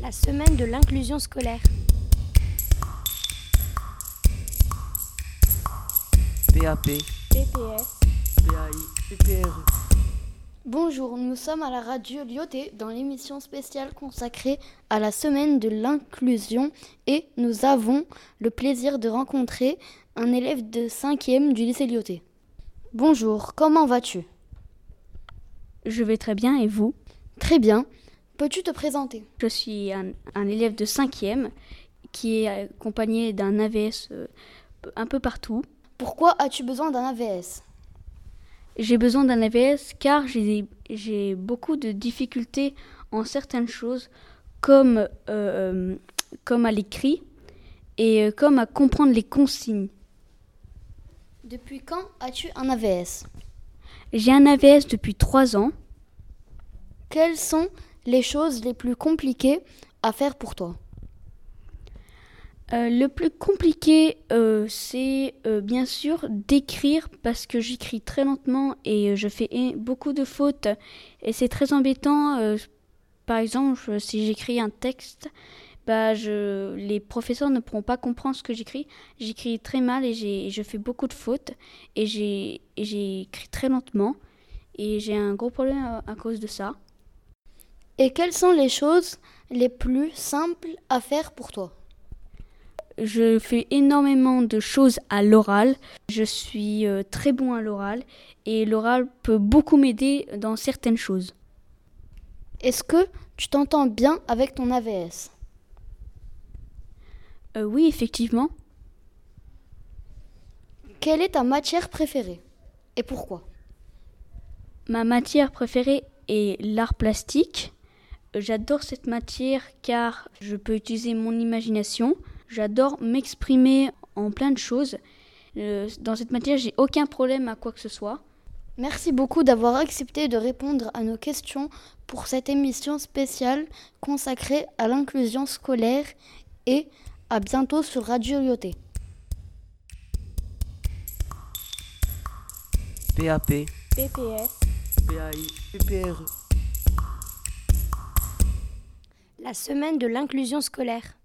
la semaine de l'inclusion scolaire. BAP, PPS. BAI, PPRE. Bonjour, nous sommes à la radio Lyoté dans l'émission spéciale consacrée à la semaine de l'inclusion et nous avons le plaisir de rencontrer un élève de 5e du lycée Lyoté. Bonjour, comment vas-tu Je vais très bien et vous Très bien. Peux-tu te présenter Je suis un, un élève de 5e qui est accompagné d'un AVS euh, un peu partout. Pourquoi as-tu besoin d'un AVS J'ai besoin d'un AVS car j'ai j'ai beaucoup de difficultés en certaines choses comme, euh, comme à l'écrit et euh, comme à comprendre les consignes. Depuis quand as-tu un AVS J'ai un AVS depuis 3 ans. Quelles sont les choses les plus compliquées à faire pour toi Euh, le plus compliqué, euh, c'est euh, bien sûr d'écrire parce que j'écris très lentement et euh, je fais é- beaucoup de fautes et c'est très embêtant. euh, par exemple, je- si j'écris un texte, bah, je, les professeurs ne pourront pas comprendre ce que j'écris. J'écris très mal et, j'ai- et je fais beaucoup de fautes et j'ai- et j'écris très lentement et j'ai un gros problème euh, à- à cause de ça. Et quelles sont les choses les plus simples à faire pour toi Je fais énormément de choses à l'oral. Je suis euh, très bon à l'oral et l'oral peut beaucoup m'aider dans certaines choses. Est-ce que tu t'entends bien avec ton AVS Euh, oui, effectivement. Quelle est ta matière préférée Et pourquoi Ma matière préférée est l'art plastique. Euh, J'adore cette matière car je peux utiliser mon imagination. J'adore m'exprimer en plein de choses. Euh, dans cette matière, j'ai aucun problème à quoi que ce soit. Merci beaucoup d'avoir accepté de répondre à nos questions pour cette émission spéciale consacrée à l'inclusion scolaire et à bientôt sur Radio Lyoté. BAP, PPS. BAI, PPRE. La semaine de l'inclusion scolaire.